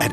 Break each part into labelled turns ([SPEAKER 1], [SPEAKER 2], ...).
[SPEAKER 1] At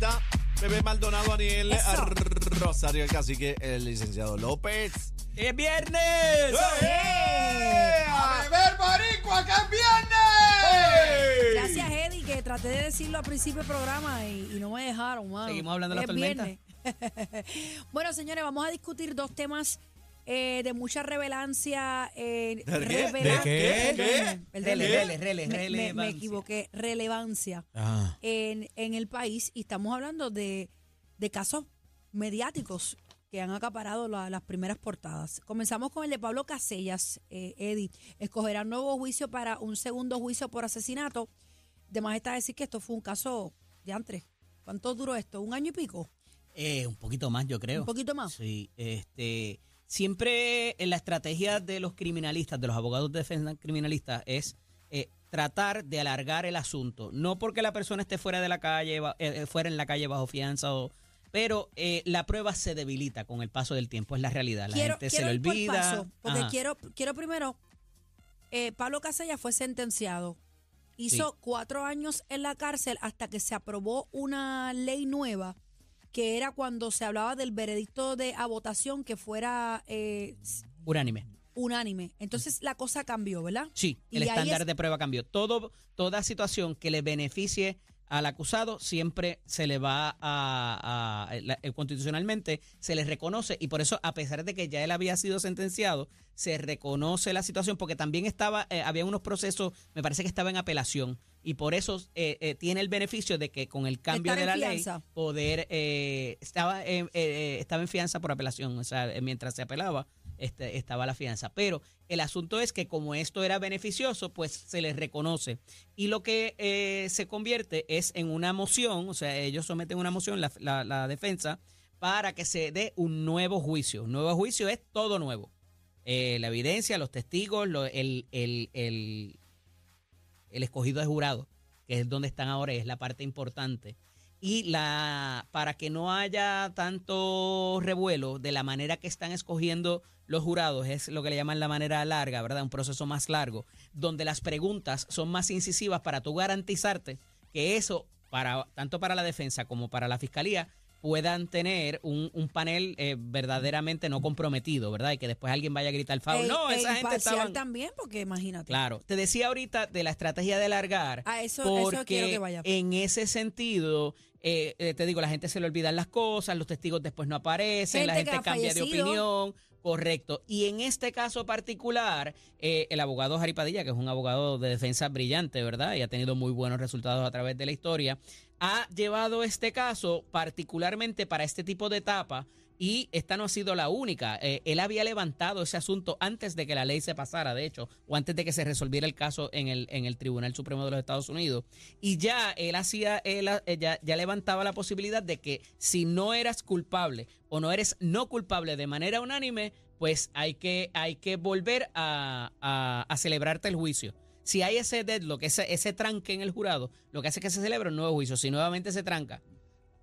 [SPEAKER 2] Está Bebé Maldonado, Aniel Ar- Rosario, el cacique, el licenciado López. ¡Eh!
[SPEAKER 3] ¡Es viernes!
[SPEAKER 2] ¡A beber marico, que es
[SPEAKER 4] Gracias, Eddie, que traté de decirlo al principio del programa y, y no me dejaron, mano.
[SPEAKER 3] Seguimos hablando de
[SPEAKER 4] Es
[SPEAKER 3] las tormentas.
[SPEAKER 4] viernes. bueno, señores, vamos a discutir dos temas eh, de mucha revelancia. eh,
[SPEAKER 2] ¿De qué?
[SPEAKER 4] revela-
[SPEAKER 2] ¿De qué?
[SPEAKER 4] Perdónenme,
[SPEAKER 2] ¿Qué?
[SPEAKER 4] perdónenme.
[SPEAKER 3] Rele,
[SPEAKER 4] Me-
[SPEAKER 3] rele, rele,
[SPEAKER 4] me- Me,
[SPEAKER 3] relevancia.
[SPEAKER 4] equivoqué. Relevancia
[SPEAKER 2] Ah.
[SPEAKER 4] en, en el país y estamos hablando de, de casos mediáticos que han acaparado la- las primeras portadas. Comenzamos con el de Pablo Casellas, eh, Eddie. Escogerá nuevo juicio para un segundo juicio por asesinato. De más está decir que esto fue un caso de antes. ¿Cuánto duró esto? ¿Un año y pico?
[SPEAKER 3] Eh, un poquito más, yo creo.
[SPEAKER 4] ¿Un poquito más?
[SPEAKER 3] Sí, este, siempre en la estrategia de los criminalistas, de los abogados de defensa criminalistas, es eh, tratar de alargar el asunto. No porque la persona esté fuera de la calle, ba- eh, eh, fuera en la calle bajo fianza, o, pero eh, la prueba se debilita con el paso del tiempo, es la realidad. La gente se
[SPEAKER 4] quiero
[SPEAKER 3] lo
[SPEAKER 4] ir por
[SPEAKER 3] olvida.
[SPEAKER 4] paso, porque
[SPEAKER 3] Ajá.
[SPEAKER 4] quiero, quiero primero, eh, Pablo Casellas fue sentenciado. Hizo cuatro años en la cárcel hasta que se aprobó una ley nueva, que era cuando se hablaba del veredicto de a votación que fuera eh, s-
[SPEAKER 3] Unánime.
[SPEAKER 4] unánime. Entonces la cosa cambió, ¿verdad?
[SPEAKER 3] Sí, el
[SPEAKER 4] Y ahí
[SPEAKER 3] estándar
[SPEAKER 4] es-
[SPEAKER 3] de prueba cambió. Todo, toda situación que le beneficie al acusado siempre se le va a, a- la- eh, constitucionalmente se le reconoce y por eso a pesar de que ya él había sido sentenciado se reconoce la situación porque también estaba eh, había unos procesos me parece que estaba en apelación y por eso eh, eh, tiene el beneficio de que con el cambio
[SPEAKER 4] Estar
[SPEAKER 3] de
[SPEAKER 4] en
[SPEAKER 3] la ley
[SPEAKER 4] fianza.
[SPEAKER 3] poder eh, estaba en, eh, eh, estaba en fianza por apelación, o sea, eh, mientras se apelaba este, estaba la fianza, pero el asunto es que como esto era beneficioso, pues se les reconoce y lo que eh, se convierte es en una moción, o sea, ellos someten una moción la, la- la defensa para que se dé un nuevo juicio. Un nuevo juicio es todo nuevo. Eh, la evidencia, los testigos, lo- el, el- el- el escogido de jurado, que es donde están ahora, es la parte importante y la para que no haya tanto revuelo de la manera que están escogiendo los jurados, es lo que le llaman la manera larga, ¿verdad? Un proceso más largo, donde las preguntas son más incisivas para tú garantizarte que eso, para, tanto para la defensa como para la fiscalía, puedan tener un, un panel eh, verdaderamente no comprometido, ¿verdad? Y que después alguien vaya a gritar foul.
[SPEAKER 4] E-
[SPEAKER 3] no,
[SPEAKER 4] e
[SPEAKER 3] esa gente
[SPEAKER 4] imparcial
[SPEAKER 3] estaba...
[SPEAKER 4] también, porque imagínate.
[SPEAKER 3] Claro. Te decía ahorita de la estrategia de alargar.
[SPEAKER 4] A eso- Ah, eso
[SPEAKER 3] porque
[SPEAKER 4] quiero que vaya.
[SPEAKER 3] En ese sentido, eh, eh, te digo, la gente se le olvidan las cosas, los testigos después no aparecen, la
[SPEAKER 4] Gente
[SPEAKER 3] gente
[SPEAKER 4] que ha
[SPEAKER 3] cambia de
[SPEAKER 4] fallecido.
[SPEAKER 3] opinión. Correcto. Y en este caso particular, eh, el abogado Jari Padilla, que es un abogado de defensa brillante, ¿verdad? Y ha tenido muy buenos resultados a través de la historia, ha llevado este caso particularmente para este tipo de etapa y esta no ha sido la única. Eh, él había levantado ese asunto antes de que la ley se pasara, de hecho, o antes de que se resolviera el caso en el, en el Tribunal Supremo de los Estados Unidos. Y ya él hacía, él, ha- eh, ya, ya levantaba la posibilidad de que si no eras culpable o no eres no culpable de manera unánime, pues hay que, hay que volver a, a- a celebrarte el juicio. Si hay ese deadlock, ese, ese tranque en el jurado, lo que hace es que se celebra un nuevo juicio. Si nuevamente se tranca,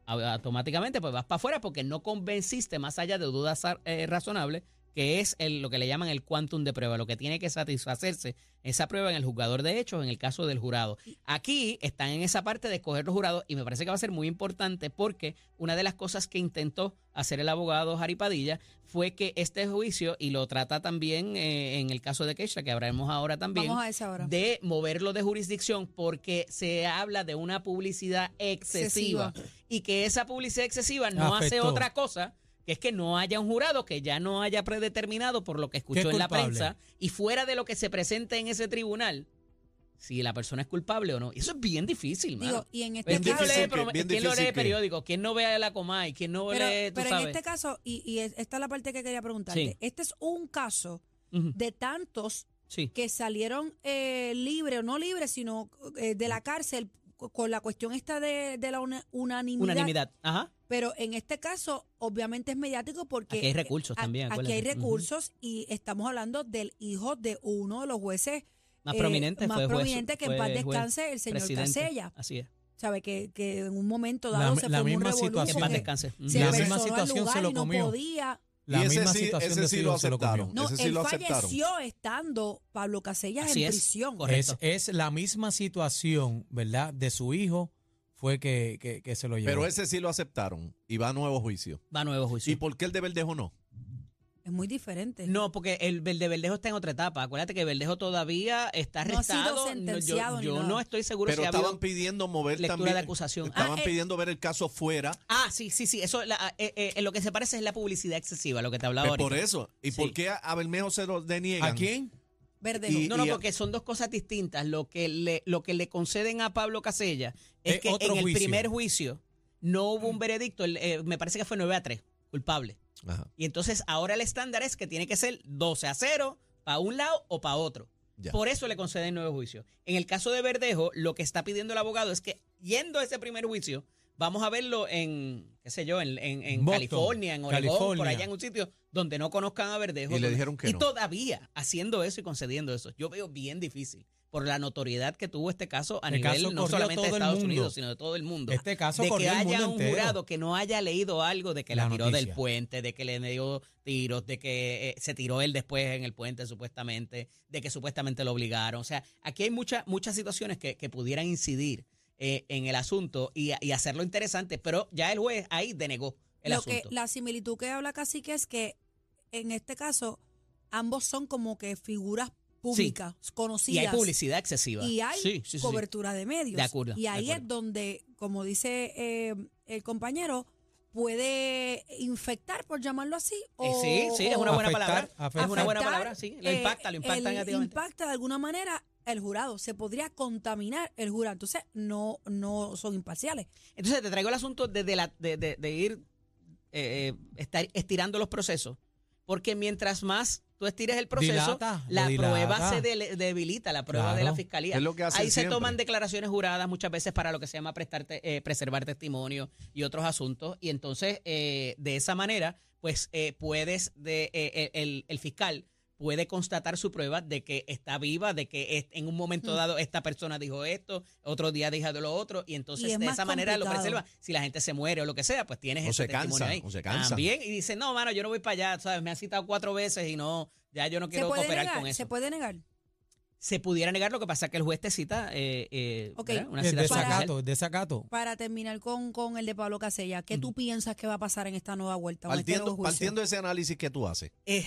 [SPEAKER 3] a- automáticamente pues vas para afuera porque no convenciste más allá de dudas ar- eh, razonables, que es el- lo que le llaman el quantum de prueba, lo que tiene que satisfacerse esa prueba en el juzgador de hechos, en el caso del jurado. Aquí están en esa parte de escoger los jurados y me parece que va a ser muy importante porque una de las cosas que intentó hacer el abogado Jari Padilla fue que este juicio, y lo trata también eh, en el caso de Keisha, que hablaremos ahora también,
[SPEAKER 4] Vamos a esa hora.
[SPEAKER 3] de moverlo de jurisdicción porque se habla de una publicidad excesiva, y que esa publicidad excesiva no hace
[SPEAKER 5] Afectó.
[SPEAKER 3] otra cosa que es que no haya un jurado que ya no haya predeterminado por lo que
[SPEAKER 5] ¿Qué
[SPEAKER 3] escuchó
[SPEAKER 5] es
[SPEAKER 3] en la
[SPEAKER 5] culpable?
[SPEAKER 3] prensa y fuera de lo que se presente en ese tribunal, si la persona es culpable o no. Y Eso es bien difícil, mano.
[SPEAKER 4] Digo, y en este
[SPEAKER 3] ¿Quién no
[SPEAKER 4] caso.
[SPEAKER 2] difícil
[SPEAKER 3] lee,
[SPEAKER 2] que-
[SPEAKER 3] prom-
[SPEAKER 2] bien
[SPEAKER 3] quién no
[SPEAKER 2] difícil
[SPEAKER 3] lee
[SPEAKER 2] que-
[SPEAKER 3] periódico? ¿Quién no ve la Comay? ¿Quién no
[SPEAKER 4] Pero,
[SPEAKER 3] lee, tú
[SPEAKER 4] pero en
[SPEAKER 3] sabes?
[SPEAKER 4] este caso, y, y es- esta es la parte que quería preguntarte.
[SPEAKER 3] Sí.
[SPEAKER 4] Este es un caso
[SPEAKER 3] Ujú,
[SPEAKER 4] de tantos
[SPEAKER 3] Sí.
[SPEAKER 4] que salieron eh, libres o no libres, sino eh, de la cárcel co- con la cuestión esta de, de la una- unanimidad.
[SPEAKER 3] Unanimidad. Ajá.
[SPEAKER 4] Pero en este caso, obviamente es mediático porque... eh,
[SPEAKER 3] Aquí hay recursos
[SPEAKER 4] a-
[SPEAKER 3] también,
[SPEAKER 4] Aquí hay
[SPEAKER 3] acuérdate. Ujú.
[SPEAKER 4] recursos y estamos hablando del hijo de uno de los jueces
[SPEAKER 3] Más
[SPEAKER 4] eh,
[SPEAKER 3] prominente
[SPEAKER 4] más
[SPEAKER 3] fue juez-
[SPEAKER 4] prominente que en
[SPEAKER 3] fue
[SPEAKER 4] paz
[SPEAKER 3] juez
[SPEAKER 4] descanse el señor
[SPEAKER 3] presidente.
[SPEAKER 4] Casella.
[SPEAKER 3] Así es.
[SPEAKER 4] ¿Sabe? Que, que en un momento dado
[SPEAKER 5] La-
[SPEAKER 4] se
[SPEAKER 5] la
[SPEAKER 4] formó
[SPEAKER 5] misma
[SPEAKER 4] un revolú
[SPEAKER 5] situación.
[SPEAKER 3] Que en paz
[SPEAKER 4] porque
[SPEAKER 3] descanse. Ujú.
[SPEAKER 4] se
[SPEAKER 5] La
[SPEAKER 4] regresó
[SPEAKER 5] misma
[SPEAKER 4] al
[SPEAKER 5] situación se
[SPEAKER 4] lugar
[SPEAKER 5] lo
[SPEAKER 4] y no
[SPEAKER 5] comió.
[SPEAKER 4] podía.
[SPEAKER 5] La
[SPEAKER 2] Y ese
[SPEAKER 5] misma
[SPEAKER 2] sí-
[SPEAKER 5] situación
[SPEAKER 2] ese
[SPEAKER 5] de
[SPEAKER 2] sí
[SPEAKER 5] Fidel
[SPEAKER 2] lo
[SPEAKER 5] se lo comió.
[SPEAKER 2] aceptaron.
[SPEAKER 4] No,
[SPEAKER 2] Ese sí
[SPEAKER 4] él
[SPEAKER 2] lo aceptaron.
[SPEAKER 4] falleció estando Pablo Casellas
[SPEAKER 3] Así
[SPEAKER 4] en
[SPEAKER 3] es,
[SPEAKER 4] prisión.
[SPEAKER 3] correcto.
[SPEAKER 5] Es, es la misma situación, ¿verdad? De su hijo fue que, que- que se lo llevó.
[SPEAKER 2] Pero ese sí lo aceptaron y va a nuevo juicio.
[SPEAKER 3] Va a nuevo juicio.
[SPEAKER 2] ¿Y por qué el de Verdejo no?
[SPEAKER 4] Es muy diferente.
[SPEAKER 3] No, porque el, el de Verdejo está en otra etapa. Acuérdate que Verdejo todavía está
[SPEAKER 4] No ha sido
[SPEAKER 3] arrestado. yo-
[SPEAKER 4] sentenciado
[SPEAKER 3] yo
[SPEAKER 4] ni nada.
[SPEAKER 3] no estoy seguro
[SPEAKER 2] Pero
[SPEAKER 3] si ha
[SPEAKER 2] estaban
[SPEAKER 3] habido...
[SPEAKER 2] pidiendo mover
[SPEAKER 3] lectura
[SPEAKER 2] también.
[SPEAKER 3] de acusación. Ah,
[SPEAKER 2] Estaban
[SPEAKER 4] eh.
[SPEAKER 2] pidiendo ver el caso fuera.
[SPEAKER 3] Ah, sí, sí, sí. Eso, la- eh, eh, eh, lo que se parece es la publicidad excesiva, lo que te hablaba
[SPEAKER 2] Pues
[SPEAKER 3] ahorita.
[SPEAKER 2] por eso. ¿Y
[SPEAKER 3] Sí.
[SPEAKER 2] por qué a- a Bermejo se lo deniegan?
[SPEAKER 5] ¿A quién?
[SPEAKER 4] Verde.
[SPEAKER 2] y-
[SPEAKER 3] No, no, porque son dos cosas distintas. Lo que le, lo que le conceden a Pablo Casella es
[SPEAKER 5] Es
[SPEAKER 3] que
[SPEAKER 5] otro
[SPEAKER 3] en el
[SPEAKER 5] juicio.
[SPEAKER 3] primer juicio no hubo un veredicto. El, eh, me parece que fue 9 a 3, culpable.
[SPEAKER 2] Ajá,
[SPEAKER 3] Y entonces ahora el estándar es que tiene que ser 12 a 0 para un lado o para otro.
[SPEAKER 2] ya.
[SPEAKER 3] Por eso le conceden nueve juicios. En el caso de Verdejo, lo que está pidiendo el abogado es que, yendo a ese primer juicio, vamos a verlo en, qué sé yo, en, en- en
[SPEAKER 5] Boston,
[SPEAKER 3] California, en Oregón, por
[SPEAKER 5] California.
[SPEAKER 3] allá en un sitio donde no conozcan a Verdejo.
[SPEAKER 2] Y le
[SPEAKER 3] donde-
[SPEAKER 2] dijeron que
[SPEAKER 3] y
[SPEAKER 2] no.
[SPEAKER 3] todavía haciendo eso y concediendo eso. Yo veo bien difícil por la notoriedad que tuvo este caso a
[SPEAKER 5] Este
[SPEAKER 3] nivel
[SPEAKER 5] caso
[SPEAKER 3] no
[SPEAKER 5] corrió
[SPEAKER 3] solamente de
[SPEAKER 5] todo el
[SPEAKER 3] Estados
[SPEAKER 5] mundo.
[SPEAKER 3] Unidos, sino de todo el mundo.
[SPEAKER 5] Este caso
[SPEAKER 3] de que
[SPEAKER 5] corrió el
[SPEAKER 3] haya
[SPEAKER 5] mundo
[SPEAKER 3] un
[SPEAKER 5] entero.
[SPEAKER 3] jurado que no haya leído algo de que la,
[SPEAKER 5] La
[SPEAKER 3] tiró del
[SPEAKER 5] noticia.
[SPEAKER 3] puente, de que le dio tiros, de que eh, se tiró él después en el puente supuestamente, de que supuestamente lo obligaron. O sea, aquí hay muchas muchas situaciones que, que pudieran incidir eh, en el asunto y, y hacerlo interesante, pero ya el juez ahí denegó el
[SPEAKER 4] lo que,
[SPEAKER 3] asunto.
[SPEAKER 4] la similitud que habla Cacique es que en este caso ambos son como que figuras públicas,
[SPEAKER 3] y
[SPEAKER 4] conocidas.
[SPEAKER 3] hay publicidad excesiva.
[SPEAKER 4] y hay
[SPEAKER 3] Sí, sí, sí, sí.
[SPEAKER 4] cobertura de medios.
[SPEAKER 3] De acuerdo,
[SPEAKER 4] Y
[SPEAKER 3] de
[SPEAKER 4] ahí
[SPEAKER 3] acuerdo.
[SPEAKER 4] es donde, como dice eh, el compañero, puede infectar, por llamarlo así.
[SPEAKER 3] Eh,
[SPEAKER 4] O,
[SPEAKER 3] sí, sí, es una
[SPEAKER 4] o
[SPEAKER 3] buena
[SPEAKER 5] afectar,
[SPEAKER 3] palabra.
[SPEAKER 5] afectar.
[SPEAKER 3] Es una buena
[SPEAKER 4] afectar,
[SPEAKER 3] palabra, sí. Lo
[SPEAKER 4] eh,
[SPEAKER 3] impacta, lo impacta
[SPEAKER 4] el-
[SPEAKER 3] negativamente.
[SPEAKER 4] impacta de alguna manera el jurado. Se podría contaminar el jurado. Entonces, no, no son imparciales.
[SPEAKER 3] Entonces te traigo el asunto de, de la- de- de- de ir eh, eh, estar estirando los procesos. Porque mientras más tú estires el proceso,
[SPEAKER 5] Dilata, lo
[SPEAKER 3] la
[SPEAKER 5] dilata.
[SPEAKER 3] prueba se dele- debilita, la prueba de la
[SPEAKER 5] Claro.
[SPEAKER 3] fiscalía.
[SPEAKER 2] Es lo que hacen
[SPEAKER 3] Ahí se
[SPEAKER 2] siempre.
[SPEAKER 3] toman declaraciones juradas muchas veces para lo que se llama prestar te- eh, preservar testimonio y otros asuntos. Y entonces, eh, de esa manera, pues eh, puedes, de, eh, el, el fiscal puede constatar su prueba de que está viva, de que es- en un momento
[SPEAKER 4] Mm.
[SPEAKER 3] dado esta persona dijo esto, otro día dijo lo otro, y entonces
[SPEAKER 4] Y es
[SPEAKER 3] de
[SPEAKER 4] más
[SPEAKER 3] esa manera lo
[SPEAKER 4] complicado.
[SPEAKER 3] preserva si la gente se muere o lo que sea, pues tienes
[SPEAKER 2] O
[SPEAKER 3] ese
[SPEAKER 2] se
[SPEAKER 3] testimonio
[SPEAKER 2] cansan,
[SPEAKER 3] ahí.
[SPEAKER 2] o se cansan.
[SPEAKER 3] También, y dicen, no, mano, yo no voy para allá, ¿sabes? Me han citado cuatro veces y no, ya yo no
[SPEAKER 4] Se
[SPEAKER 3] quiero
[SPEAKER 4] puede
[SPEAKER 3] cooperar
[SPEAKER 4] negar,
[SPEAKER 3] con eso.
[SPEAKER 4] se
[SPEAKER 3] Se,
[SPEAKER 4] puede negar.
[SPEAKER 3] pudiera negar, lo que pasa es que el juez te cita eh, eh,
[SPEAKER 4] Ok.
[SPEAKER 3] ¿verdad? una
[SPEAKER 5] Es
[SPEAKER 3] cita
[SPEAKER 4] para-
[SPEAKER 3] judicial.
[SPEAKER 5] desacato, es desacato.
[SPEAKER 4] Para terminar con, con el de Pablo Casella, ¿qué tú
[SPEAKER 3] Ujú.
[SPEAKER 4] piensas que va a pasar en esta nueva vuelta? o en este
[SPEAKER 2] Partiendo,
[SPEAKER 4] nuevo juicio?
[SPEAKER 2] partiendo de ese análisis que tú haces.
[SPEAKER 3] Eh,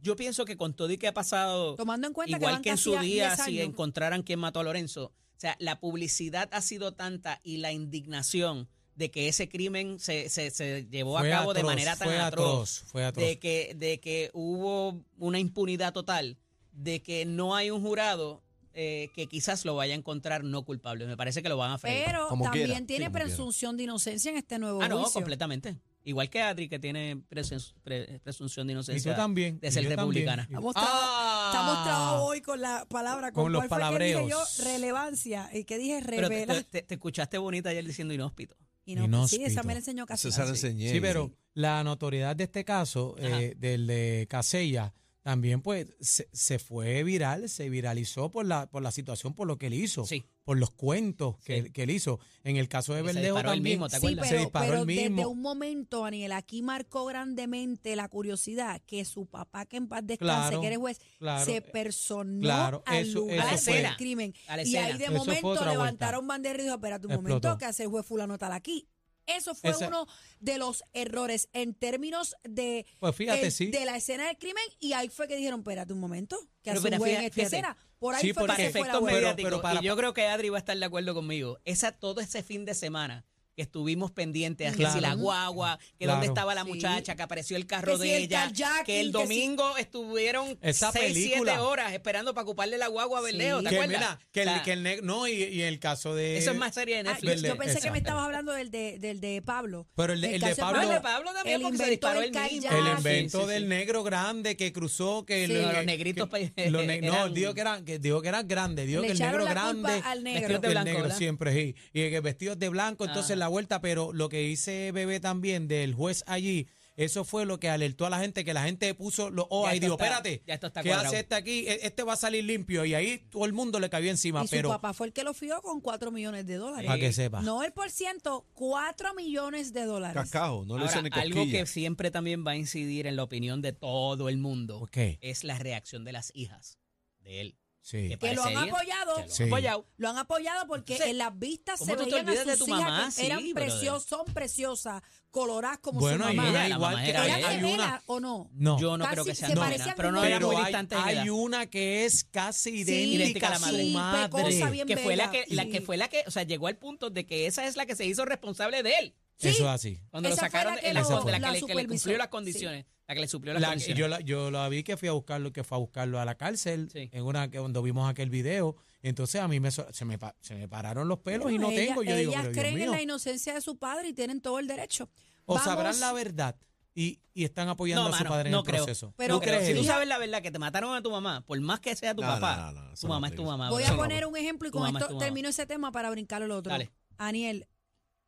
[SPEAKER 3] yo pienso que con todo y que ha pasado,
[SPEAKER 4] Tomando en cuenta
[SPEAKER 3] igual
[SPEAKER 4] que,
[SPEAKER 3] que,
[SPEAKER 4] van
[SPEAKER 3] en
[SPEAKER 4] casi
[SPEAKER 3] su
[SPEAKER 4] a
[SPEAKER 3] día,
[SPEAKER 4] 10
[SPEAKER 3] si
[SPEAKER 4] años.
[SPEAKER 3] encontraran quién mató a Lorenzo, o sea, la publicidad ha sido tanta y la indignación de que ese crimen se, se, se llevó
[SPEAKER 5] Fue
[SPEAKER 3] a cabo de
[SPEAKER 5] atroz,
[SPEAKER 3] manera tan
[SPEAKER 5] fue
[SPEAKER 3] atroz
[SPEAKER 5] atroz. Fue atroz.
[SPEAKER 3] de que, de que hubo una impunidad total, de que no hay un jurado eh, que quizás lo vaya a encontrar no culpable. Me parece que lo van a freír.
[SPEAKER 4] Pero
[SPEAKER 2] Como
[SPEAKER 4] también
[SPEAKER 2] quiera, sí,
[SPEAKER 4] tiene
[SPEAKER 2] como
[SPEAKER 4] presunción de inocencia en este nuevo
[SPEAKER 3] ah, no,
[SPEAKER 4] juicio.
[SPEAKER 3] completamente. Igual que Adri, que tiene presun- pre- presunción de
[SPEAKER 5] y tú
[SPEAKER 3] inocencia.
[SPEAKER 5] también.
[SPEAKER 3] de
[SPEAKER 5] y
[SPEAKER 3] ser
[SPEAKER 5] yo también.
[SPEAKER 3] republicana.
[SPEAKER 4] Estamos, tra-
[SPEAKER 3] ¡Ah!
[SPEAKER 4] estamos trabajando hoy con la palabra, con,
[SPEAKER 5] Con los
[SPEAKER 4] cuál fue que dije yo,
[SPEAKER 5] palabreos.
[SPEAKER 4] relevancia. ¿Y que dije?
[SPEAKER 3] Pero te,
[SPEAKER 4] Revela.
[SPEAKER 3] te- te- te escuchaste bonita ayer diciendo inhóspito.
[SPEAKER 4] y no, sí,
[SPEAKER 5] Inhóspito.
[SPEAKER 4] esa me la enseñó casi.
[SPEAKER 2] César
[SPEAKER 3] sí.
[SPEAKER 2] enseñé.
[SPEAKER 5] Sí, pero la notoriedad de este caso,
[SPEAKER 3] Ajá.
[SPEAKER 5] eh, del de Casella, también pues se, se fue viral, se viralizó por la, por la situación, por lo que él hizo,
[SPEAKER 3] Sí.
[SPEAKER 5] por los cuentos que,
[SPEAKER 3] Sí.
[SPEAKER 5] él- que él hizo. En el caso de
[SPEAKER 3] Que se
[SPEAKER 5] Verdejo
[SPEAKER 3] disparó él
[SPEAKER 5] también
[SPEAKER 3] mismo, ¿te
[SPEAKER 4] Sí,
[SPEAKER 3] acuerdas?
[SPEAKER 5] se
[SPEAKER 4] pero,
[SPEAKER 5] disparó
[SPEAKER 4] pero
[SPEAKER 5] el
[SPEAKER 4] desde
[SPEAKER 5] mismo.
[SPEAKER 4] un momento, Daniel, aquí marcó grandemente la curiosidad que su papá, que en paz descanse,
[SPEAKER 5] Claro,
[SPEAKER 4] que eres juez,
[SPEAKER 5] claro. eh,
[SPEAKER 4] se personó
[SPEAKER 5] Claro,
[SPEAKER 4] al
[SPEAKER 5] eso-
[SPEAKER 4] lugar
[SPEAKER 5] eso
[SPEAKER 4] del
[SPEAKER 3] fue.
[SPEAKER 4] crimen.
[SPEAKER 3] A la
[SPEAKER 4] Y
[SPEAKER 3] escena.
[SPEAKER 4] ahí de
[SPEAKER 5] Eso fue
[SPEAKER 4] momento
[SPEAKER 5] otra
[SPEAKER 4] levantaron bandera y dijo, espérate un momento,
[SPEAKER 5] Explotó.
[SPEAKER 4] que hace el juez fulano tal aquí. Eso fue
[SPEAKER 5] Esa-
[SPEAKER 4] uno de los errores en términos de,
[SPEAKER 5] Pues fíjate,
[SPEAKER 4] el-
[SPEAKER 5] sí.
[SPEAKER 4] de la escena del crimen y ahí fue que dijeron, espérate un momento, que
[SPEAKER 3] Pero
[SPEAKER 4] hace un
[SPEAKER 3] mira,
[SPEAKER 4] juez en
[SPEAKER 3] fíjate,
[SPEAKER 4] esta
[SPEAKER 3] fíjate.
[SPEAKER 4] escena. Por ahí
[SPEAKER 5] Sí,
[SPEAKER 4] fue
[SPEAKER 5] porque-
[SPEAKER 4] que se fue la
[SPEAKER 3] efectos
[SPEAKER 5] Pero-
[SPEAKER 4] bola.
[SPEAKER 3] mediáticos.
[SPEAKER 5] pero para-
[SPEAKER 3] y yo creo que Adri va a estar de acuerdo conmigo. Esa todo ese fin de semana que estuvimos pendientes, a que
[SPEAKER 5] Claro.
[SPEAKER 3] si la guagua, que
[SPEAKER 5] Claro.
[SPEAKER 3] dónde estaba la
[SPEAKER 4] Sí.
[SPEAKER 3] muchacha, que apareció el carro
[SPEAKER 4] Que
[SPEAKER 3] de
[SPEAKER 4] si el
[SPEAKER 3] ella,
[SPEAKER 4] kayaking,
[SPEAKER 3] que el
[SPEAKER 4] que si-
[SPEAKER 3] domingo estuvieron
[SPEAKER 5] Esa
[SPEAKER 3] 6, 7
[SPEAKER 5] película.
[SPEAKER 3] horas esperando para ocuparle la guagua a Berleo, ¿te
[SPEAKER 5] que,
[SPEAKER 3] acuerdas?
[SPEAKER 5] mira, que
[SPEAKER 3] O
[SPEAKER 5] el,
[SPEAKER 3] sea,
[SPEAKER 5] que el neg- no, y, y el caso de.
[SPEAKER 3] eso es más serie de
[SPEAKER 4] Ah, yo-
[SPEAKER 3] Netflix.
[SPEAKER 4] yo pensé que me
[SPEAKER 5] Exacto.
[SPEAKER 4] estabas hablando del de, del de Pablo.
[SPEAKER 5] Pero el de-
[SPEAKER 4] Del
[SPEAKER 5] el de
[SPEAKER 4] caso
[SPEAKER 5] Pablo-
[SPEAKER 3] No, el de Pablo también,
[SPEAKER 4] Él
[SPEAKER 3] porque se
[SPEAKER 4] inventó
[SPEAKER 3] disparó
[SPEAKER 4] el
[SPEAKER 3] él mismo.
[SPEAKER 4] kayak.
[SPEAKER 5] El
[SPEAKER 3] Ah, sí,
[SPEAKER 5] invento
[SPEAKER 3] sí, sí.
[SPEAKER 5] del negro grande que cruzó, que
[SPEAKER 4] Sí.
[SPEAKER 5] lo-
[SPEAKER 4] No,
[SPEAKER 3] los
[SPEAKER 5] que-
[SPEAKER 3] negritos
[SPEAKER 5] que-
[SPEAKER 3] pa-
[SPEAKER 5] los ne- no,
[SPEAKER 3] eran-
[SPEAKER 5] dijo que eran, que dijo que eran grandes, dijo
[SPEAKER 4] Le
[SPEAKER 5] que el negro
[SPEAKER 4] echaron la culpa
[SPEAKER 5] grande,
[SPEAKER 4] al negro.
[SPEAKER 5] vestidos de
[SPEAKER 3] Vestidos de
[SPEAKER 5] el negro
[SPEAKER 3] blanco, ¿verdad? Ah.
[SPEAKER 5] siempre, sí, y que vestidos de blanco, entonces
[SPEAKER 3] Ajá.
[SPEAKER 5] la vuelta, pero lo que dice Bebé también del juez allí, eso fue lo que alertó a la gente, que la gente puso los ojos
[SPEAKER 3] Ya
[SPEAKER 5] y
[SPEAKER 3] esto
[SPEAKER 5] dijo,
[SPEAKER 3] está-
[SPEAKER 5] espérate,
[SPEAKER 3] ya esto está
[SPEAKER 5] ¿qué
[SPEAKER 3] cuadrado".
[SPEAKER 5] hace este aquí? E- Este va a salir limpio, y ahí todo el mundo le cabía encima,
[SPEAKER 4] Y su
[SPEAKER 5] pero
[SPEAKER 4] papá fue el que lo fió con 4 millones de dólares.
[SPEAKER 5] para que sepa.
[SPEAKER 4] No el por ciento, 4 millones de dólares.
[SPEAKER 2] Cascajo,
[SPEAKER 5] Ah,
[SPEAKER 2] no le
[SPEAKER 3] Ahora,
[SPEAKER 2] hice ni
[SPEAKER 3] algo que
[SPEAKER 2] cosquillas.
[SPEAKER 3] siempre también va a incidir en la opinión de todo el mundo
[SPEAKER 5] Ok,
[SPEAKER 3] es la reacción de las hijas de él.
[SPEAKER 5] sí.
[SPEAKER 3] Que
[SPEAKER 4] Que lo han
[SPEAKER 3] parecería-
[SPEAKER 4] apoyado.
[SPEAKER 3] que lo han
[SPEAKER 5] Sí.
[SPEAKER 3] apoyado.
[SPEAKER 4] Lo han apoyado porque
[SPEAKER 3] Entonces,
[SPEAKER 4] en las vistas
[SPEAKER 3] ¿cómo
[SPEAKER 4] se
[SPEAKER 3] tú te
[SPEAKER 4] veían a
[SPEAKER 3] olvidas
[SPEAKER 4] sus
[SPEAKER 3] de tu
[SPEAKER 4] hijas
[SPEAKER 3] mamá?
[SPEAKER 4] que
[SPEAKER 3] Sí,
[SPEAKER 4] eran
[SPEAKER 3] brother.
[SPEAKER 4] preciosas, son preciosas, coloradas como
[SPEAKER 5] Bueno,
[SPEAKER 4] su
[SPEAKER 5] hay
[SPEAKER 4] mamá.
[SPEAKER 3] Ella,
[SPEAKER 5] una
[SPEAKER 3] la mamá
[SPEAKER 5] igual que
[SPEAKER 3] era
[SPEAKER 4] ¿Era
[SPEAKER 3] ella.
[SPEAKER 5] hay
[SPEAKER 4] gemela
[SPEAKER 5] una.
[SPEAKER 4] o no?
[SPEAKER 5] No.
[SPEAKER 3] Yo no
[SPEAKER 4] Casi
[SPEAKER 3] creo que
[SPEAKER 4] se
[SPEAKER 3] sean gemelas,
[SPEAKER 4] parecían
[SPEAKER 3] pero no
[SPEAKER 4] mucho.
[SPEAKER 3] era muy
[SPEAKER 5] hay,
[SPEAKER 3] distante
[SPEAKER 5] hay una que es casi
[SPEAKER 4] Sí, pues,
[SPEAKER 5] idéntica,
[SPEAKER 3] idéntica a la
[SPEAKER 5] a
[SPEAKER 3] madre.
[SPEAKER 5] su
[SPEAKER 3] Sí,
[SPEAKER 5] madre.
[SPEAKER 4] pecosa, bien
[SPEAKER 3] que fue la
[SPEAKER 4] bella.
[SPEAKER 3] que la
[SPEAKER 4] Sí.
[SPEAKER 3] que fue la que, o sea, llegó al punto de que esa es la que se hizo responsable de él
[SPEAKER 4] Sí.
[SPEAKER 5] Eso es así.
[SPEAKER 3] cuando
[SPEAKER 4] Esa
[SPEAKER 3] lo
[SPEAKER 4] fue
[SPEAKER 3] sacaron
[SPEAKER 4] la
[SPEAKER 3] de
[SPEAKER 4] que
[SPEAKER 3] de la,
[SPEAKER 5] lo-
[SPEAKER 3] de la
[SPEAKER 4] la
[SPEAKER 3] que, le- que le
[SPEAKER 4] supervisó,
[SPEAKER 3] cumplió las
[SPEAKER 4] sí.
[SPEAKER 3] condiciones, la que le suplió las
[SPEAKER 5] La-
[SPEAKER 3] condiciones.
[SPEAKER 5] yo, la, yo la vi que fui a buscarlo, que fue a buscarlo a la cárcel,
[SPEAKER 3] Sí.
[SPEAKER 5] en una que cuando vimos aquel video. Entonces a mí me, so- se, me, pa- se me pararon los pelos y no
[SPEAKER 4] Ellas-
[SPEAKER 5] tengo. Yo digo,
[SPEAKER 4] ellas
[SPEAKER 5] pero Dios
[SPEAKER 4] creen en
[SPEAKER 5] mío.
[SPEAKER 4] la inocencia de su padre y tienen todo el derecho.
[SPEAKER 5] O
[SPEAKER 4] Vamos-
[SPEAKER 5] sabrán la verdad y, y están apoyando
[SPEAKER 3] No,
[SPEAKER 5] a su
[SPEAKER 3] mano,
[SPEAKER 5] padre en
[SPEAKER 3] no
[SPEAKER 5] el
[SPEAKER 3] creo.
[SPEAKER 5] proceso.
[SPEAKER 4] Pero
[SPEAKER 5] ¿Tú
[SPEAKER 3] no creo.
[SPEAKER 5] crees
[SPEAKER 3] Si tú
[SPEAKER 5] eso?
[SPEAKER 3] sabes la verdad que te mataron a tu mamá, por más que sea tu
[SPEAKER 2] No,
[SPEAKER 3] papá,
[SPEAKER 2] no, no, no, eso
[SPEAKER 3] tu
[SPEAKER 2] no
[SPEAKER 3] mamá es
[SPEAKER 2] creo.
[SPEAKER 3] tu mamá.
[SPEAKER 4] Voy
[SPEAKER 3] bro.
[SPEAKER 4] a poner un ejemplo y
[SPEAKER 3] Tu
[SPEAKER 4] con
[SPEAKER 3] mamá es tu
[SPEAKER 4] esto
[SPEAKER 3] mamá.
[SPEAKER 4] termino ese tema para brincar el otro.
[SPEAKER 3] Dale.
[SPEAKER 4] Aniel,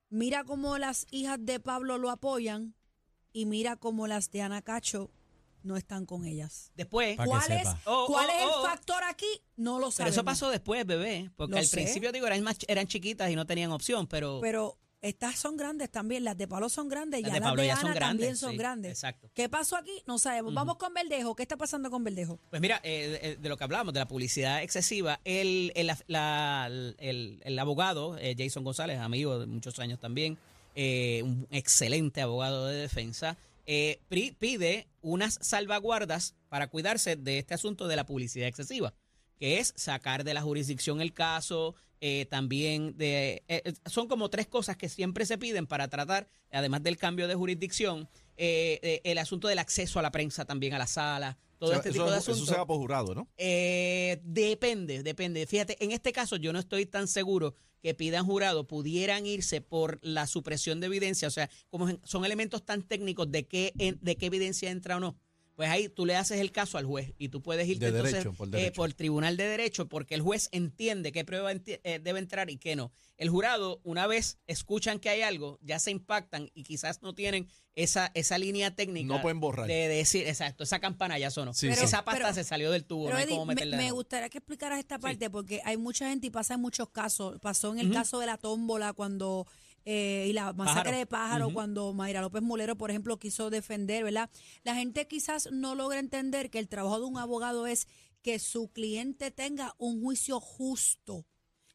[SPEAKER 4] mira cómo las hijas de Pablo lo apoyan y mira cómo las de Ana Cacho no están con ellas.
[SPEAKER 3] Después,
[SPEAKER 5] Pa' que
[SPEAKER 4] ¿Cuál es,
[SPEAKER 5] sepa.
[SPEAKER 3] Oh,
[SPEAKER 4] cuál
[SPEAKER 3] oh,
[SPEAKER 4] es
[SPEAKER 3] oh.
[SPEAKER 4] el factor aquí? No lo
[SPEAKER 3] pero
[SPEAKER 4] sabemos.
[SPEAKER 3] eso pasó después, bebé, porque
[SPEAKER 4] Lo
[SPEAKER 3] al
[SPEAKER 4] sé.
[SPEAKER 3] principio digo eran más ch- eran chiquitas y no tenían opción, pero,
[SPEAKER 4] Pero estas son grandes también, las de Pablo son grandes y
[SPEAKER 3] las
[SPEAKER 4] las
[SPEAKER 3] de
[SPEAKER 4] de,
[SPEAKER 3] Pablo ya
[SPEAKER 4] Ana
[SPEAKER 3] son grandes.
[SPEAKER 4] también son
[SPEAKER 3] sí,
[SPEAKER 4] grandes.
[SPEAKER 3] Exacto.
[SPEAKER 4] ¿Qué pasó aquí? No sabemos. Vamos con Verdejo. ¿Qué está pasando con Verdejo?
[SPEAKER 3] Pues mira, eh, de, de lo que hablamos, de la publicidad excesiva, el, el, la- el- el abogado eh, Jason González, amigo de muchos años también, eh, un excelente abogado de defensa, eh, pri- pide unas salvaguardas para cuidarse de este asunto de la publicidad excesiva, que es sacar de la jurisdicción el caso, eh, también de... eh, eh, son como tres cosas que siempre se piden para tratar, además del cambio de jurisdicción, eh, eh, el asunto del acceso a la prensa también, a la sala, todo
[SPEAKER 2] O sea,
[SPEAKER 3] este
[SPEAKER 2] eso,
[SPEAKER 3] tipo de
[SPEAKER 2] eso
[SPEAKER 3] asuntos.
[SPEAKER 2] se va por jurado, ¿no?
[SPEAKER 3] Eh, depende, depende. Fíjate, en este caso yo no estoy tan seguro que pidan jurado, pudieran irse por la supresión de evidencia, o sea, como en- son elementos tan técnicos de qué, en- de qué evidencia entra o no. Pues ahí tú le haces el caso al juez y tú puedes irte
[SPEAKER 2] De
[SPEAKER 3] entonces,
[SPEAKER 2] derecho, por
[SPEAKER 3] eh,
[SPEAKER 2] derecho.
[SPEAKER 3] por tribunal de derecho porque el juez entiende qué prueba enti- eh, debe entrar y qué no. El jurado, una vez escuchan que hay algo, ya se impactan y quizás no tienen esa, esa línea técnica
[SPEAKER 2] No pueden borrar.
[SPEAKER 3] de decir, exacto, esa campana ya sonó.
[SPEAKER 2] Sí,
[SPEAKER 4] Pero- sí.
[SPEAKER 3] esa pasta
[SPEAKER 4] pero-
[SPEAKER 3] se salió del tubo,
[SPEAKER 4] Pero
[SPEAKER 3] no hay
[SPEAKER 4] Eddie,
[SPEAKER 3] cómo
[SPEAKER 4] me,
[SPEAKER 3] meterla. de
[SPEAKER 4] me
[SPEAKER 3] nuevo.
[SPEAKER 4] gustaría que explicaras esta parte porque hay mucha gente y pasa en muchos casos. Pasó en el
[SPEAKER 3] Ujú.
[SPEAKER 4] caso de la tómbola cuando eh, y la masacre
[SPEAKER 3] Pájaro.
[SPEAKER 4] de pájaro
[SPEAKER 3] Ujú.
[SPEAKER 4] cuando Mayra López Mulero, por ejemplo, quiso defender, ¿verdad? La gente quizás no logra entender que el trabajo de un abogado es que su cliente tenga un juicio justo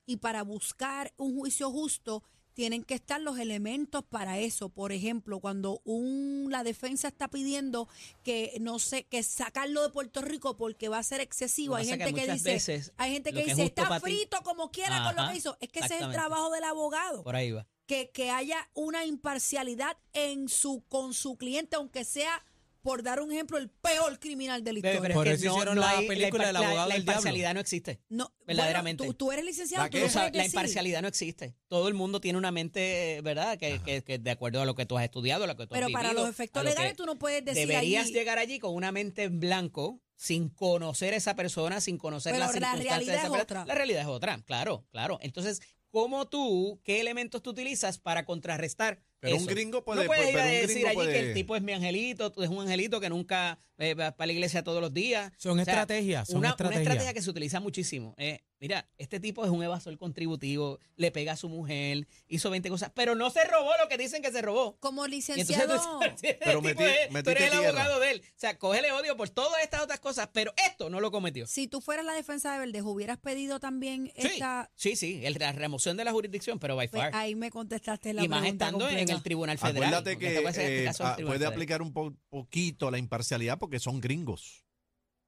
[SPEAKER 4] y para buscar un juicio justo tienen que estar los elementos para eso. Por ejemplo, cuando un, la defensa está pidiendo que no sé, que sacarlo de Puerto Rico porque va a ser excesivo,
[SPEAKER 3] Lo que
[SPEAKER 4] hay
[SPEAKER 3] pasa es que
[SPEAKER 4] gente que,
[SPEAKER 3] muchas
[SPEAKER 4] dice,
[SPEAKER 3] veces
[SPEAKER 4] hay gente
[SPEAKER 3] lo
[SPEAKER 4] que
[SPEAKER 3] que es
[SPEAKER 4] dice,
[SPEAKER 3] justo
[SPEAKER 4] está
[SPEAKER 3] pa' ti".
[SPEAKER 4] frito como quiera con lo
[SPEAKER 3] Ajá,
[SPEAKER 4] que hizo. Es que ese es el
[SPEAKER 3] exactamente.
[SPEAKER 4] trabajo del abogado,
[SPEAKER 3] Por ahí va.
[SPEAKER 4] que, que haya una imparcialidad en su con su cliente, aunque sea por dar un ejemplo el peor criminal de la historia.
[SPEAKER 5] pero- Por eso hicieron la
[SPEAKER 3] hay-
[SPEAKER 5] película
[SPEAKER 3] impar-
[SPEAKER 5] del abogado
[SPEAKER 3] La
[SPEAKER 5] del diablo.
[SPEAKER 3] imparcialidad no existe.
[SPEAKER 4] no, bueno,
[SPEAKER 3] verdaderamente.
[SPEAKER 4] tú, tú eres licenciado,
[SPEAKER 2] ¿La
[SPEAKER 4] tú
[SPEAKER 2] qué?
[SPEAKER 4] lo
[SPEAKER 3] O sea,
[SPEAKER 4] sabes
[SPEAKER 3] la
[SPEAKER 4] decir.
[SPEAKER 3] imparcialidad no existe. Todo el mundo tiene una mente, eh, ¿verdad? Que, que- que de acuerdo a lo que tú has estudiado, a lo que tú has
[SPEAKER 4] Pero para
[SPEAKER 3] vivido,
[SPEAKER 4] los efectos
[SPEAKER 3] a lo que
[SPEAKER 4] legales tú no puedes decir
[SPEAKER 3] Deberías
[SPEAKER 4] allí-
[SPEAKER 3] llegar allí con una mente en blanco, sin conocer a esa persona, sin conocer
[SPEAKER 4] Pero
[SPEAKER 3] las
[SPEAKER 4] la
[SPEAKER 3] circunstancias
[SPEAKER 4] realidad
[SPEAKER 3] de esa
[SPEAKER 4] es
[SPEAKER 3] persona.
[SPEAKER 4] otra.
[SPEAKER 3] La realidad es otra, claro, claro. Entonces, ¿cómo tú, qué elementos tú utilizas para contrarrestar
[SPEAKER 2] Pero un
[SPEAKER 3] eso?
[SPEAKER 2] gringo
[SPEAKER 3] no
[SPEAKER 2] puede- pues,
[SPEAKER 3] puedes
[SPEAKER 2] pero
[SPEAKER 3] ir a
[SPEAKER 2] un gringo
[SPEAKER 3] decir allí que el
[SPEAKER 2] puede-
[SPEAKER 3] tipo es mi angelito, tú- es un angelito que nunca eh, va para la iglesia todos los días.
[SPEAKER 5] Son
[SPEAKER 3] O sea,
[SPEAKER 5] estrategias, son
[SPEAKER 3] una, una
[SPEAKER 5] estrategias.
[SPEAKER 3] estrategia que se utiliza muchísimo. eh, mira, este tipo es un evasor contributivo, le pega a su mujer, hizo 20 cosas, pero no se robó lo que dicen que se robó.
[SPEAKER 4] Como
[SPEAKER 3] Y entonces
[SPEAKER 4] licenciado.
[SPEAKER 3] tú- el
[SPEAKER 2] Pero
[SPEAKER 3] tipo
[SPEAKER 2] metí-
[SPEAKER 3] es- tú
[SPEAKER 2] metiste
[SPEAKER 3] eres el
[SPEAKER 2] tierra.
[SPEAKER 3] abogado de él. O sea, cógele odio por todas estas otras cosas, pero esto no lo cometió.
[SPEAKER 4] Si tú fueras la defensa de Verdejo, hubieras pedido también
[SPEAKER 3] Sí,
[SPEAKER 4] esta.
[SPEAKER 3] sí, sí, el- la remoción de la jurisdicción, pero by
[SPEAKER 4] Pues
[SPEAKER 3] far.
[SPEAKER 4] ahí me contestaste la
[SPEAKER 3] y más
[SPEAKER 4] pregunta
[SPEAKER 3] estando en
[SPEAKER 4] completa.
[SPEAKER 3] el Tribunal Federal.
[SPEAKER 2] Acuérdate
[SPEAKER 3] porque
[SPEAKER 2] que
[SPEAKER 3] esta puede ser este
[SPEAKER 2] eh,
[SPEAKER 3] caso del
[SPEAKER 2] ah,
[SPEAKER 3] Tribunal
[SPEAKER 2] puede
[SPEAKER 3] Federal.
[SPEAKER 2] aplicar un po- poquito la imparcialidad porque son gringos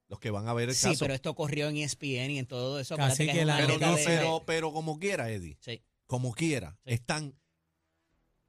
[SPEAKER 2] los que van a ver el
[SPEAKER 3] Sí,
[SPEAKER 2] caso.
[SPEAKER 3] pero esto corrió en E ESPN y en todo eso.
[SPEAKER 5] Casi
[SPEAKER 3] acuérdate
[SPEAKER 5] que
[SPEAKER 3] es
[SPEAKER 5] la
[SPEAKER 3] una
[SPEAKER 2] Pero
[SPEAKER 5] neta
[SPEAKER 3] meta
[SPEAKER 2] no,
[SPEAKER 3] de-
[SPEAKER 2] pero, pero como quiera, Eddie.
[SPEAKER 3] Sí.
[SPEAKER 2] Como quiera.
[SPEAKER 3] Sí.
[SPEAKER 2] Están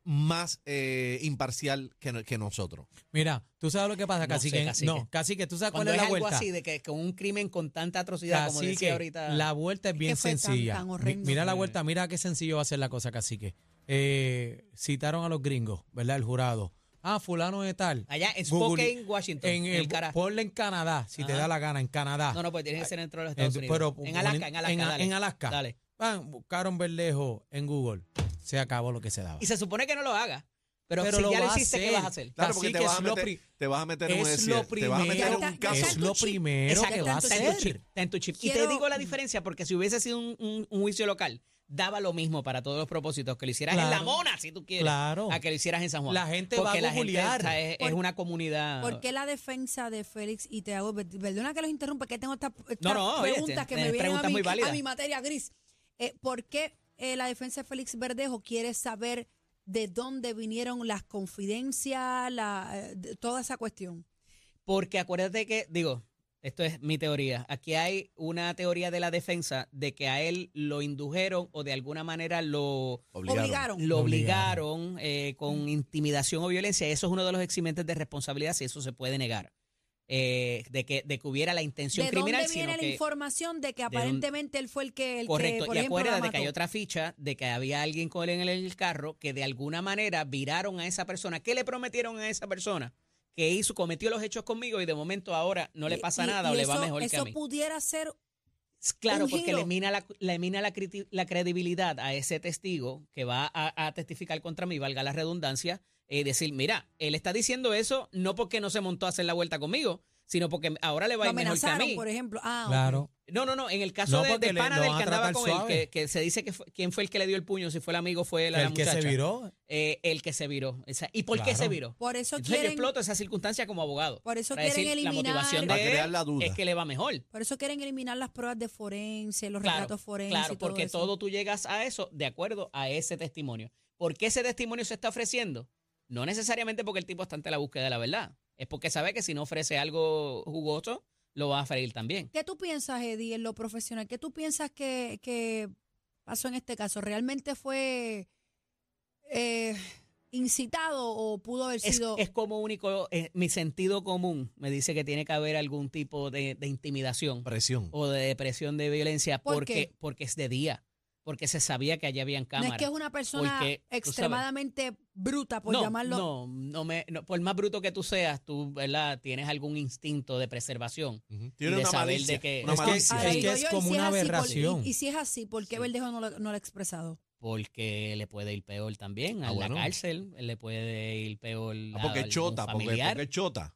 [SPEAKER 2] más eh, imparcial que, no- que nosotros.
[SPEAKER 5] Mira, tú sabes lo que pasa,
[SPEAKER 3] No
[SPEAKER 5] casi
[SPEAKER 3] sé,
[SPEAKER 5] que
[SPEAKER 3] cacique.
[SPEAKER 5] no, casi que tú sabes
[SPEAKER 3] Cuando
[SPEAKER 5] cuál
[SPEAKER 3] es
[SPEAKER 5] es la
[SPEAKER 3] algo
[SPEAKER 5] vuelta.
[SPEAKER 3] así, de que con un crimen con tanta atrocidad, como
[SPEAKER 5] Cacique,
[SPEAKER 3] decía ahorita.
[SPEAKER 5] La vuelta es bien
[SPEAKER 4] fue tan-
[SPEAKER 5] sencilla.
[SPEAKER 4] tan
[SPEAKER 5] Mi-
[SPEAKER 4] horrendo.
[SPEAKER 5] mira la vuelta, mira qué sencillo va a ser la cosa, cacique. Eh, citaron a los gringos, ¿verdad? El jurado. Ah, fulano de tal.
[SPEAKER 3] Allá en
[SPEAKER 5] Google-
[SPEAKER 3] Spokane, Washington. En,
[SPEAKER 5] En, eh,
[SPEAKER 3] el cara.
[SPEAKER 5] ponle en Canadá, si te
[SPEAKER 3] Ajá.
[SPEAKER 5] da la gana, en Canadá.
[SPEAKER 3] No, no, pues tiene que ser dentro de los
[SPEAKER 5] En-
[SPEAKER 3] Estados Unidos.
[SPEAKER 5] pero
[SPEAKER 3] en Alaska,
[SPEAKER 5] ponen-
[SPEAKER 3] en Alaska.
[SPEAKER 5] en-
[SPEAKER 3] dale.
[SPEAKER 5] en Alaska.
[SPEAKER 3] Dale.
[SPEAKER 5] Van, buscaron Berlejo en Google. Se acabó lo que se daba.
[SPEAKER 3] Y se supone que no lo haga. Pero,
[SPEAKER 5] Pero
[SPEAKER 3] si
[SPEAKER 5] lo
[SPEAKER 3] ya lo
[SPEAKER 5] va a
[SPEAKER 3] hiciste, ¿qué
[SPEAKER 5] hacer?
[SPEAKER 3] vas a hacer?
[SPEAKER 5] Claro,
[SPEAKER 2] Claro, porque
[SPEAKER 5] Así
[SPEAKER 2] te
[SPEAKER 5] que
[SPEAKER 2] vas,
[SPEAKER 5] es
[SPEAKER 2] a
[SPEAKER 5] lo
[SPEAKER 2] meter,
[SPEAKER 5] pri-
[SPEAKER 2] te vas a meter en un
[SPEAKER 5] es lo
[SPEAKER 2] desierto. Te vas a meter en
[SPEAKER 4] Ya
[SPEAKER 2] un
[SPEAKER 4] está- ya
[SPEAKER 2] caso.
[SPEAKER 5] es lo
[SPEAKER 4] tu chip.
[SPEAKER 5] primero
[SPEAKER 4] Exacto,
[SPEAKER 5] que va a
[SPEAKER 4] está en
[SPEAKER 3] Está en tu
[SPEAKER 5] hacer.
[SPEAKER 3] chip, está en tu chip. Y
[SPEAKER 4] Quiero-
[SPEAKER 3] te digo la diferencia, porque si hubiese sido un, un- un juicio local, daba lo mismo para todos los propósitos, que lo hicieras en La
[SPEAKER 5] Claro.
[SPEAKER 3] Mona, si tú quieres,
[SPEAKER 5] Claro.
[SPEAKER 3] a que lo hicieras en San Juan.
[SPEAKER 5] La gente va
[SPEAKER 3] porque
[SPEAKER 5] a
[SPEAKER 3] la gente
[SPEAKER 5] googlear.
[SPEAKER 3] está- es, es
[SPEAKER 4] Por-
[SPEAKER 3] una comunidad.
[SPEAKER 4] ¿Por qué la defensa de Félix y te hago, perdona que los interrumpa, que tengo estas estas
[SPEAKER 3] No, no, oye,
[SPEAKER 4] preguntas que
[SPEAKER 3] te- te-
[SPEAKER 4] me vienen a
[SPEAKER 3] preguntas
[SPEAKER 4] mi,
[SPEAKER 3] muy válidas.
[SPEAKER 4] a mi materia gris? Eh, ¿Por qué eh, la defensa de Félix Verdejo quiere saber de dónde vinieron las confidencias, la, eh, de- toda esa cuestión?
[SPEAKER 3] Porque acuérdate que, digo, esto es mi teoría. Aquí hay una teoría de la defensa de que a él lo indujeron o de alguna manera lo,
[SPEAKER 4] Obligaron.
[SPEAKER 3] lo obligaron eh, con intimidación o violencia. Eso es uno de los eximentes de responsabilidad, si eso se puede negar. Eh, de, que, de que hubiera la intención
[SPEAKER 4] ¿De
[SPEAKER 3] criminal.
[SPEAKER 4] dónde viene
[SPEAKER 3] sino
[SPEAKER 4] la
[SPEAKER 3] que-
[SPEAKER 4] información de que
[SPEAKER 3] dónde-
[SPEAKER 4] aparentemente él fue el que, el que,
[SPEAKER 3] Correcto,
[SPEAKER 4] por
[SPEAKER 3] y
[SPEAKER 4] ejemplo, la
[SPEAKER 3] acuérdate que hay
[SPEAKER 4] mató?
[SPEAKER 3] otra ficha de que había alguien con él en el- el carro que de alguna manera viraron a esa persona. ¿Qué le prometieron a esa persona? Que hizo, cometió los hechos conmigo y de momento ahora no le
[SPEAKER 4] Y-
[SPEAKER 3] pasa
[SPEAKER 4] y-
[SPEAKER 3] nada
[SPEAKER 4] y
[SPEAKER 3] o le va
[SPEAKER 4] eso-
[SPEAKER 3] mejor que a
[SPEAKER 4] Eso
[SPEAKER 3] mí.
[SPEAKER 4] pudiera ser
[SPEAKER 3] Claro,
[SPEAKER 4] un
[SPEAKER 3] porque
[SPEAKER 4] giro.
[SPEAKER 3] le mina, la, le mina la, criti- la credibilidad a ese testigo que va a, a testificar contra mí, valga la redundancia, y decir, mira, él está diciendo eso no porque no se montó a hacer la vuelta conmigo, sino porque ahora le va
[SPEAKER 4] lo
[SPEAKER 3] a ir mejor que a
[SPEAKER 4] amenazaron,
[SPEAKER 3] mí.
[SPEAKER 4] por ejemplo. Ah, ok.
[SPEAKER 5] Claro.
[SPEAKER 3] No, no, no. En el caso
[SPEAKER 5] No,
[SPEAKER 3] de,
[SPEAKER 5] porque
[SPEAKER 3] del
[SPEAKER 5] le-
[SPEAKER 3] pana
[SPEAKER 5] lo
[SPEAKER 3] del
[SPEAKER 5] van
[SPEAKER 3] que
[SPEAKER 5] a
[SPEAKER 3] andaba
[SPEAKER 5] tratar
[SPEAKER 3] con
[SPEAKER 5] suave.
[SPEAKER 3] él, que, que se dice que fue- quién fue el que le dio el puño, si fue el amigo, fue la, la
[SPEAKER 5] El que se
[SPEAKER 3] muchacha.
[SPEAKER 5] viró.
[SPEAKER 3] Eh, el que se viró. Esa- ¿Y por qué
[SPEAKER 5] Claro.
[SPEAKER 3] se viró?
[SPEAKER 4] Por eso
[SPEAKER 3] Entonces yo
[SPEAKER 4] quieren-
[SPEAKER 3] exploto esa circunstancia como abogado.
[SPEAKER 4] Por eso
[SPEAKER 3] para decir,
[SPEAKER 4] quieren
[SPEAKER 3] La motivación
[SPEAKER 4] eliminar-
[SPEAKER 3] de
[SPEAKER 2] Para crear
[SPEAKER 3] él
[SPEAKER 2] la duda.
[SPEAKER 3] es que le va mejor.
[SPEAKER 4] Por eso quieren eliminar las pruebas de forense, los
[SPEAKER 3] Claro,
[SPEAKER 4] retratos forenses. y todo
[SPEAKER 3] claro, porque
[SPEAKER 4] eso.
[SPEAKER 3] todo tú llegas a eso de acuerdo a ese testimonio. ¿Por qué ese testimonio se está ofreciendo? No necesariamente porque el tipo está ante la búsqueda de la verdad. Es porque sabe que si no ofrece algo jugoso, lo va a freír también.
[SPEAKER 4] ¿Qué tú piensas, Eddie, en lo profesional? ¿Qué tú piensas que, que pasó en este caso? ¿Realmente fue eh, incitado o pudo haber
[SPEAKER 3] es,
[SPEAKER 4] sido
[SPEAKER 3] es como único, eh, mi sentido común me dice que tiene que haber algún tipo de, de intimidación
[SPEAKER 2] Presión.
[SPEAKER 3] o de depresión de violencia
[SPEAKER 4] ¿Por
[SPEAKER 3] porque,
[SPEAKER 4] qué?
[SPEAKER 3] porque es de día, porque se sabía que allá habían
[SPEAKER 4] No
[SPEAKER 3] cámaras.
[SPEAKER 4] es que es una persona
[SPEAKER 3] porque, tú
[SPEAKER 4] extremadamente bruta, por
[SPEAKER 3] no,
[SPEAKER 4] llamarlo.
[SPEAKER 3] no, no me, no, por más bruto que tú seas, tú ¿verdad? tienes algún instinto de preservación.
[SPEAKER 2] Ujú. Tiene
[SPEAKER 3] de
[SPEAKER 2] una
[SPEAKER 3] saber
[SPEAKER 2] malicia.
[SPEAKER 3] de que-
[SPEAKER 2] una
[SPEAKER 5] Es que-
[SPEAKER 2] malicia.
[SPEAKER 4] Ah,
[SPEAKER 5] es
[SPEAKER 4] digo
[SPEAKER 5] que es
[SPEAKER 4] yo, y
[SPEAKER 5] como
[SPEAKER 4] si
[SPEAKER 5] una
[SPEAKER 4] así, por- y-
[SPEAKER 5] aberración.
[SPEAKER 4] Y, si es así, ¿por qué Verdejo no lo, no lo ha expresado?
[SPEAKER 3] porque le puede ir peor también a
[SPEAKER 2] Ah,
[SPEAKER 3] la
[SPEAKER 2] bueno.
[SPEAKER 3] cárcel, le puede ir peor
[SPEAKER 2] Ah,
[SPEAKER 3] a
[SPEAKER 2] porque es
[SPEAKER 3] algún
[SPEAKER 2] chota, porque,
[SPEAKER 3] familiar.
[SPEAKER 2] porque es chota.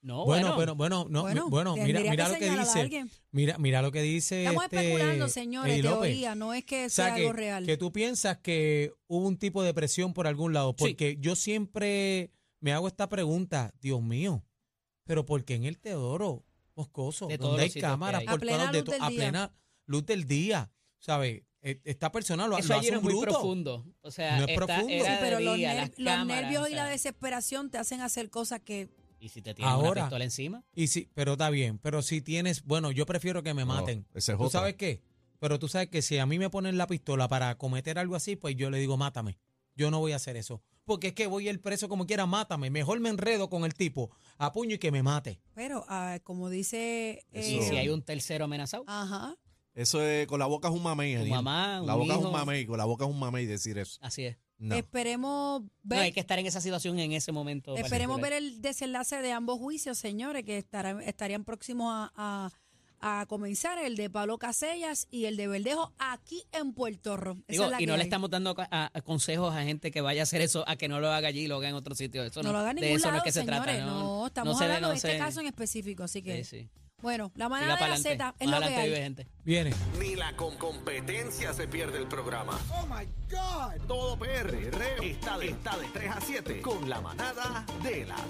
[SPEAKER 3] no,
[SPEAKER 5] Bueno,
[SPEAKER 3] Oh, bueno,
[SPEAKER 5] bueno, bueno, no,
[SPEAKER 4] bueno,
[SPEAKER 5] mi- bueno, mira,
[SPEAKER 4] tendría
[SPEAKER 5] mira
[SPEAKER 4] que
[SPEAKER 5] lo que
[SPEAKER 4] señalar a
[SPEAKER 5] dice.
[SPEAKER 4] alguien.
[SPEAKER 5] Mira, mira lo que dice.
[SPEAKER 4] Estamos
[SPEAKER 5] este,
[SPEAKER 4] especulando, señores,
[SPEAKER 5] Eddie López.
[SPEAKER 4] teoría, no es que
[SPEAKER 5] O sea,
[SPEAKER 4] sea
[SPEAKER 5] que,
[SPEAKER 4] algo real.
[SPEAKER 5] que tú piensas que hubo un tipo de presión por algún lado,
[SPEAKER 3] Sí.
[SPEAKER 5] porque yo siempre me hago esta pregunta, Dios mío, pero ¿por qué en el Teodoro Moscoso,
[SPEAKER 3] De todos
[SPEAKER 5] donde hay
[SPEAKER 3] los sitios que
[SPEAKER 5] cámaras,
[SPEAKER 3] hay.
[SPEAKER 4] A
[SPEAKER 5] por todos
[SPEAKER 4] plena
[SPEAKER 5] lados de
[SPEAKER 4] luz
[SPEAKER 5] to-
[SPEAKER 4] del
[SPEAKER 5] a
[SPEAKER 4] día.
[SPEAKER 5] plena luz del día, ¿sabes? E- Esta persona lo,
[SPEAKER 3] eso
[SPEAKER 5] lo hace
[SPEAKER 3] ayer
[SPEAKER 5] un
[SPEAKER 3] es muy
[SPEAKER 5] bruto.
[SPEAKER 3] profundo. O sea,
[SPEAKER 5] No es
[SPEAKER 3] esta-
[SPEAKER 5] profundo.
[SPEAKER 3] era
[SPEAKER 4] Sí,
[SPEAKER 3] de
[SPEAKER 4] pero los,
[SPEAKER 3] día,
[SPEAKER 4] ner-
[SPEAKER 3] las
[SPEAKER 4] los
[SPEAKER 3] cámaras,
[SPEAKER 4] nervios
[SPEAKER 3] o
[SPEAKER 4] y la
[SPEAKER 3] sea,
[SPEAKER 4] desesperación te hacen hacer cosas que
[SPEAKER 3] Y si te tienen
[SPEAKER 5] Ahora.
[SPEAKER 3] una pistola encima,
[SPEAKER 5] Y sí, pero está bien, pero si tienes, bueno, yo prefiero que me
[SPEAKER 2] No,
[SPEAKER 5] maten.
[SPEAKER 2] esa es
[SPEAKER 5] ¿Tú
[SPEAKER 2] otra.
[SPEAKER 5] sabes qué? Pero tú sabes que si a mí me ponen la pistola para cometer algo así, pues yo le digo, mátame. Yo no voy a hacer eso. Porque es que voy el preso como quiera, mátame. Mejor me enredo con el tipo a puño y que me mate.
[SPEAKER 4] Pero, ah, como dice.
[SPEAKER 3] y
[SPEAKER 4] eh,
[SPEAKER 2] Eso-
[SPEAKER 3] si hay un tercero amenazado,
[SPEAKER 4] Ajá.
[SPEAKER 2] Eso es, con la boca es un mamey. Daniel.
[SPEAKER 3] mamá,
[SPEAKER 2] La
[SPEAKER 3] un
[SPEAKER 2] boca es un
[SPEAKER 3] hijo.
[SPEAKER 2] mamey, con la boca es un mamey decir eso.
[SPEAKER 3] así es.
[SPEAKER 2] No.
[SPEAKER 4] Esperemos
[SPEAKER 3] No, hay
[SPEAKER 4] ver.
[SPEAKER 3] que estar en esa situación en ese momento.
[SPEAKER 4] Esperemos
[SPEAKER 3] particular.
[SPEAKER 4] ver el desenlace de ambos juicios, señores, que estarán, estarían próximos a, a- a comenzar el de Pablo Casellas y el de Verdejo aquí en Puerto Rico. Esa
[SPEAKER 3] Digo,
[SPEAKER 4] es la
[SPEAKER 3] y
[SPEAKER 4] que
[SPEAKER 3] no le
[SPEAKER 4] hay.
[SPEAKER 3] estamos dando ca- a- a consejos a gente que vaya a hacer eso, a que no lo haga allí y lo haga en otro sitio. Eso
[SPEAKER 4] No
[SPEAKER 3] no,
[SPEAKER 4] lo hagan en
[SPEAKER 3] de
[SPEAKER 4] ningún
[SPEAKER 3] eso
[SPEAKER 4] lado,
[SPEAKER 3] no es que se
[SPEAKER 4] señores.
[SPEAKER 3] trata. No,
[SPEAKER 4] no, estamos
[SPEAKER 3] no se-
[SPEAKER 4] hablando
[SPEAKER 3] no
[SPEAKER 4] de este
[SPEAKER 3] se-
[SPEAKER 4] caso en específico, así que.
[SPEAKER 3] Sí, sí.
[SPEAKER 4] Bueno, la manada
[SPEAKER 3] Siga
[SPEAKER 4] de
[SPEAKER 3] para
[SPEAKER 4] la
[SPEAKER 3] adelante.
[SPEAKER 4] Z es lo
[SPEAKER 3] Más
[SPEAKER 4] que
[SPEAKER 3] adelante
[SPEAKER 4] hay.
[SPEAKER 3] vive gente.
[SPEAKER 5] Viene.
[SPEAKER 6] Ni la con competencia se pierde el programa. Oh my God. Todo PR está de, está de 3 a 7 con la manada de la